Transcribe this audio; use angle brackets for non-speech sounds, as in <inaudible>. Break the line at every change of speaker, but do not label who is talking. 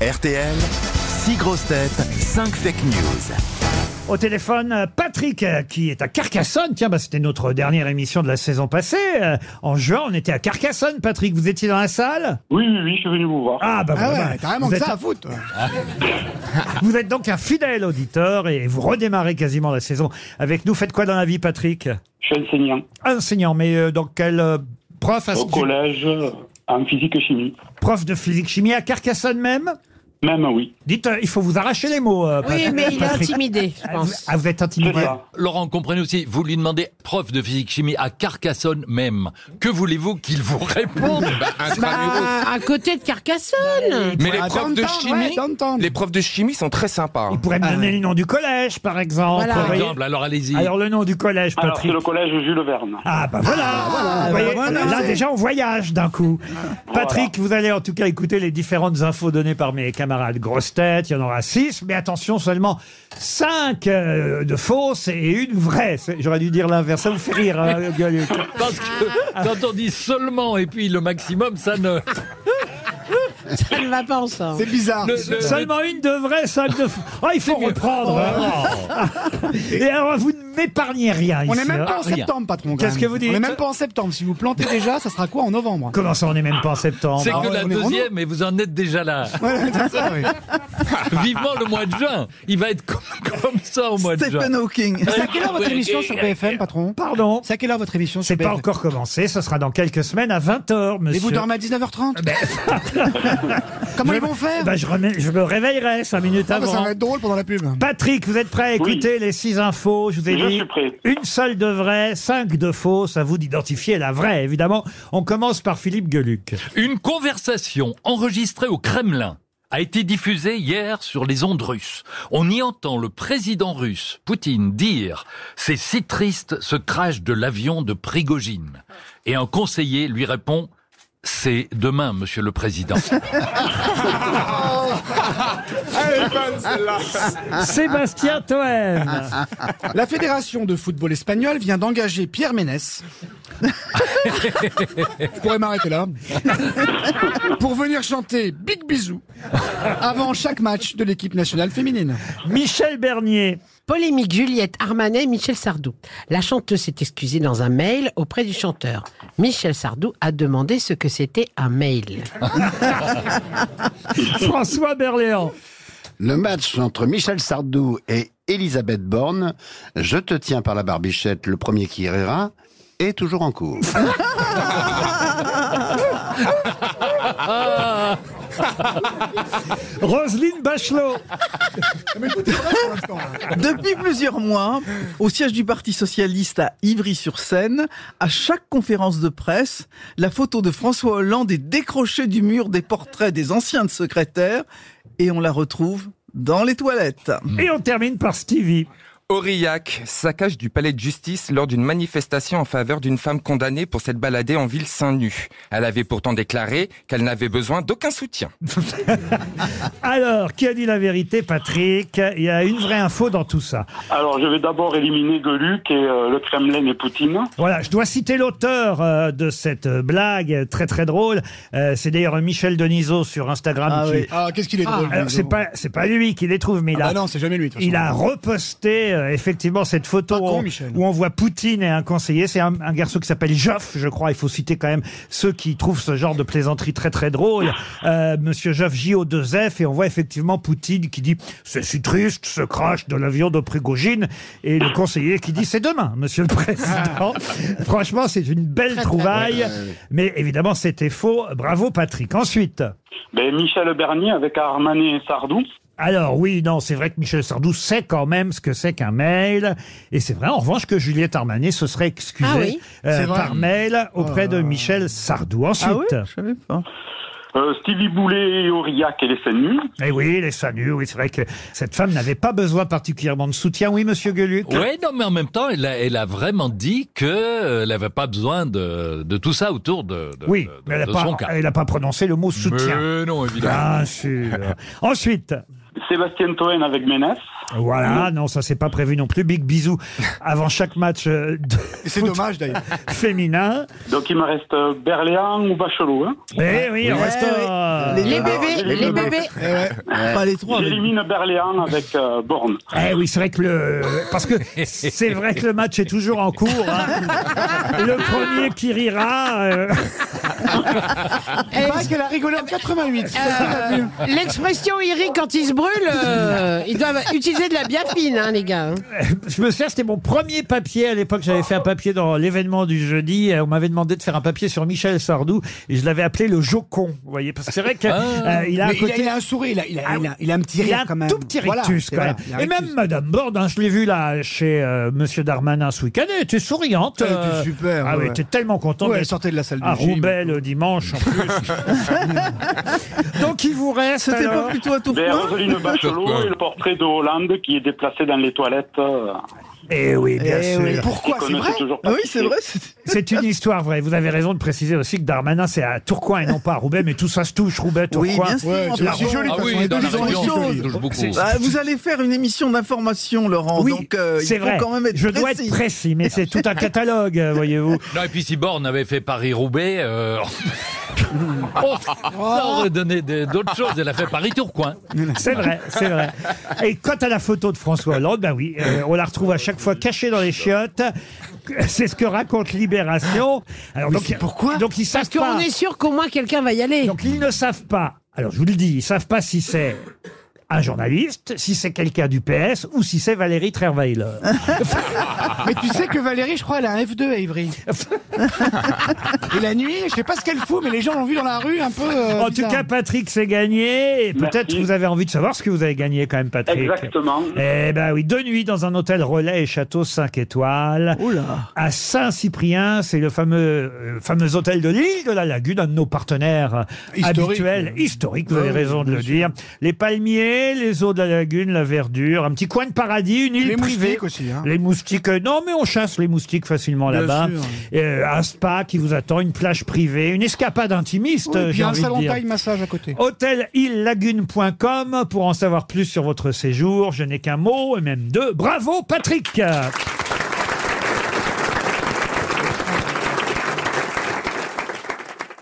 RTL, 6 grosses têtes, 5 fake news.
Au téléphone, euh, Patrick, euh, qui est à Carcassonne. Tiens, bah, c'était notre dernière émission de la saison passée. Euh, en juin, on était à Carcassonne, Patrick. Vous étiez dans la salle
Oui, oui, oui, je suis venu vous voir.
Ah, bah
Ah
voilà.
ouais, carrément
vous,
que
êtes,
ça à foutre. toi.
vous êtes donc un fidèle auditeur et vous redémarrez quasiment la saison avec nous. Faites quoi dans la vie, Patrick
Je suis enseignant
Enseignant, mais euh, dans quel euh, prof à
au
ce-
collège euh, en physique et chimie.
Prof de physique-chimie à Carcassonne même
Même oui.
Dites, euh, il faut vous arracher les mots, euh,
Oui,
Pat-
mais il est
Patrick.
intimidé, je
Ah, vous,
pense.
ah, vous êtes
C'est
intimidé
ça.
Laurent, comprenez aussi, vous lui demandez prof de physique-chimie à Carcassonne même. Que voulez-vous qu'il vous réponde
Bah, à côté de Carcassonne
Mais les
Ah,
profs de
downtown, ouais,
chimie,
downtown.
les profs de chimie sont très sympas. hein.
Il
Ah
pourrait me donner le nom du collège, par exemple.
Voilà.
Vous
Par
voyez
exemple, alors allez-y.
Alors, le nom du collège,
Alors,
Patrick.
c'est le collège Jules Verne.
Ah bah voilà, Vous voyez,
voilà,
là
c'est-
déjà on voyage d'un coup. Patrick, vous allez en tout cas écouter les différentes infos données par mes camarades grosses têtes, il y en aura six, mais attention seulement cinq euh, de fausses et une vraie. C'est- J'aurais dû dire l'inverse, ça vous fait rire. hein, Gueuluc
Parce que quand on dit seulement et puis le maximum, ça ne.
Ça ne va pas ensemble.
C'est bizarre.
le- le-
Seulement une de vraie, cinq de fausses. Oh, il faut reprendre. hein. <laughs> et alors vous ne m'épargnez rien
Oh. On
ici.
n'est même
hein.
pas en
rien.
septembre, patron. quand
Qu'est-ce
même.
que vous
On
dites
n'est même pas en septembre. Si vous plantez déjà, ça sera quoi en novembre
Comment ça, on n'est même pas en septembre Oh,
C'est
Ah,
que
on est
la
rendu.
deuxième et vous en êtes déjà là.
<laughs> Voilà, c'est ça,
<laughs>
oui.
Vivement le mois de juin. Il va être comme, comme ça au mois de juin.
Stephen Hawking.
C'est à quelle heure votre émission sur BFM, patron
Pardon,
C'est à quelle heure votre émission sur
c'est pas
BFM
encore commencé, ce sera dans quelques semaines à 20h, monsieur.
Et vous dormez à 19h30 Comment ils vont faire
Bah, Ah ben, je, remets- je me réveillerai cinq minutes
Ah, bah, Ça
avant.
va être drôle pendant la pub.
Patrick, vous êtes prêt à
Oui.
écouter les six infos Je vous ai
Je
dit
suis prêt.
une seule de vraie, cinq de fausses. À vous d'identifier la vraie, évidemment. On commence par Philippe Gueluc.
Une conversation enregistrée au Kremlin a été diffusée hier sur les ondes russes. On y entend le président russe, Poutine, dire « C'est si triste ce crash de l'avion de Prigogine ». Et un conseiller lui répond « C'est demain, monsieur
<laughs>
le président
Ah,
Sébastien Toen.
La fédération de football espagnol vient d'engager Pierre Ménès. Je pourrais m'arrêter là. Pour venir chanter Big Bisou avant chaque match de l'équipe nationale féminine.
Michel Bernier.
Polémique Juliette Armanet, Michel Sardou. La chanteuse s'est excusée dans un mail auprès du chanteur. Michel Sardou a demandé ce que c'était un mail.
François Berléand.
Le match entre Michel Sardou et Elisabeth Borne, Je te tiens par la barbichette, le premier qui rira, est toujours en cours.
Roselyne Bachelot.
Depuis plusieurs mois, au siège du Parti Socialiste à Ivry-sur-Seine, à chaque conférence de presse, la photo de François Hollande est décrochée du mur des portraits des anciens de secrétaires et on la retrouve dans les toilettes.
Hmm.
Et on termine par Stevie.
Aurillac, saccage du palais de justice lors d'une manifestation en faveur d'une femme condamnée pour s'être baladée en ville seins nus. Elle avait pourtant déclaré qu'elle n'avait besoin d'aucun soutien.
Alors, qui a dit la vérité, Patrick Il y a une vraie info dans tout ça.
<laughs> Alors, je vais d'abord éliminer Geluc et euh, le Kremlin et Poutine.
Voilà, je dois citer l'auteur euh, de cette euh, blague euh, très très drôle. Euh, c'est d'ailleurs Michel Denisot sur Instagram
Ah
qui,
oui.
Ah, qu'est-ce qu'il est drôle.
Alors,
lui,
c'est
donc.
pas c'est pas lui qui les trouve, mais il
Ah
a
bah non, c'est jamais lui. de toute
il
façon.
a reposté euh, effectivement cette photo
Pas con,
où-
Michel.
où on voit Poutine et un conseiller. C'est un, un garçon qui s'appelle Joff, je crois. Il faut citer quand même ceux qui trouvent ce genre de plaisanterie très très drôle. Euh, Monsieur Joff J.O.2F et on voit effectivement Poutine qui dit c'est si triste ce crash de l'avion de Prigogine et le conseiller qui dit c'est demain, Monsieur le
Ah.
Président. Franchement, c'est une belle trouvaille, mais évidemment c'était faux. Bravo Patrick. Ensuite.
Ben, Michel Bernier avec Armanet et Sardou.
Alors oui, non, c'est vrai que Michel Sardou sait quand même ce que c'est qu'un mail. Et c'est vrai, en revanche, que Juliette Armanet se serait excusée
Ah oui
euh,
C'est vrai.
par mail auprès de Michel Sardou. Ensuite,
Ah oui Je savais pas.
Euh, Stevie Boulet et Aurillac et les scènes nues.
eh oui, les saluts, oui, c'est vrai que cette femme n'avait pas besoin particulièrement de soutien. Oui, monsieur Gueuluc
Ouais, non, mais en même temps, elle a, elle a vraiment dit qu'elle n'avait pas besoin de, de tout ça autour de, de-
Oui,
de- de
mais elle n'a
son
pas,
cas.
elle a pas prononcé le mot soutien.
<laughs> Mais non, évidemment.
Bien sûr. Ensuite,
Sébastien Toen avec Ménès.
Voilà, non, ça c'est pas prévu non plus. Big bisou avant chaque match euh, de <laughs>
C'est dommage d'ailleurs.
féminin.
Donc il me reste euh, Berléand ou Bachelot. Hein.
Eh oui, on reste. euh,
Les-
Les bébés,
les
les
bébés.
Eh
bébés.
Pas les trois. mais-
J'élimine Berléand avec euh, Borne.
Eh oui, c'est vrai que le. Parce que c'est vrai que le match est toujours en cours. hein. Le premier qui rira. euh,
Eh,
qu'elle a rigolé en 88.
euh, L'expression il rit quand il se brûle, euh, ils doivent utiliser de la biafine, hein, les gars. hein.
Je me souviens, c'était mon premier papier à l'époque. J'avais fait un papier dans l'événement du jeudi. Euh, On m'avait demandé de faire un papier sur Michel Sardou et je l'avais appelé le Jocon. Vous voyez, parce que c'est vrai qu'il a un
Ah. Mais il, a,
côté. Ah
il a un sourire, il a, il a- il a- il a un petit
Il
rire
a un
quand même.
tout petit
Voilà,
rictus,
c'est
quand
vrai,
même.
il a un
Et
rictus.
même Madame Borde, hein, je l'ai vue là chez euh, Monsieur Darmanin ce week-end, elle était souriante.
Elle était super,
Ah oui,
ouais.
elle était tellement contente.
Ouais, elle
d'être
sortait de la salle de
à
gym.
Roubaix le Ah, euh, dimanche,
<laughs>
en plus. Donc il vous reste.
C'était
Ah,
pas
alors-
plutôt à
Ben,
Tourcoing
Roselyne Bachelot et le portrait de Hollande qui est déplacé dans les toilettes. euh,
Eh oui, bien
Eh
sûr.
oui.
Pourquoi
qu'on
C'est
ne
vrai
sait toujours pas
Ah Oui,
qui
c'est vrai.
<laughs>
c'était-
C'est une histoire vraie. Vous avez raison de préciser aussi que Darmanin, c'est à Tourcoing et non pas à Roubaix, mais tout ça se touche, Roubaix,
Oui,
Tourcoing.
bien sûr.
Ouais, c'est
Bah,
aussi joli.
Ah
parce
oui,
qu'on est
dans
deux
la
gens
région,
qui
on
se
touche
connaissent.
beaucoup.
C'est-
bah, vous allez faire une émission d'information, Laurent.
Oui,
donc, euh,
c'est
il faut
vrai.
quand même être
Je
précis.
dois être précis, mais c'est tout un catalogue, euh,
<laughs>
voyez-vous.
<laughs> Non, et puis si Borne avait fait Paris-Roubaix, euh, <laughs> on- ça aurait donné des- d'autres choses. Elle a fait Paris-Tourcoing.
C'est vrai, c'est vrai. Et quant à la photo de François Hollande, ben oui, euh, on la retrouve à chaque fois cachée dans les chiottes. C'est ce que raconte Libération. Alors, donc, pourquoi Donc ils savent
Parce qu'on
pas.
est sûr qu'au moins quelqu'un va y aller.
Donc ils ne savent pas. Alors je vous le dis, ils savent pas si c'est un journaliste, si c'est quelqu'un du PS ou si c'est Valérie Trierweiler.
Mais tu sais que Valérie, je crois, elle a un F2
<laughs>
à Ivry. Et la nuit, je sais pas ce qu'elle fout, mais les gens l'ont vu dans la rue un peu. euh,
En tout
bizarre.
cas, Patrick, c'est gagné. Et peut-être
Merci.
vous avez envie de savoir ce que vous avez gagné quand même, Patrick.
Exactement.
Eh ben oui, deux nuits dans un hôtel relais et château 5 étoiles.
Oula.
À Saint-Cyprien, c'est le fameux, euh, fameux hôtel de l'île de la Lagune, un de nos partenaires euh,
Historique. Ah
habituels, historique, vous avez raison de le dire. Les palmiers, les eaux de la Lagune, la verdure, un petit coin de paradis, une île
les
privée.
moustiques aussi. Hein.
Les moustiques, euh, non, mais on chasse les moustiques facilement
Bien
là-bas.
sûr.
Euh, un spa qui vous attend, une plage privée, une escapade intimiste,
Oui, et
euh,
puis
j'ai
un
envie de
salon
dire.
taille massage à côté.
Hôtelillagune.com pour en savoir plus sur votre séjour. Je n'ai qu'un mot et même deux. Bravo, Patrick!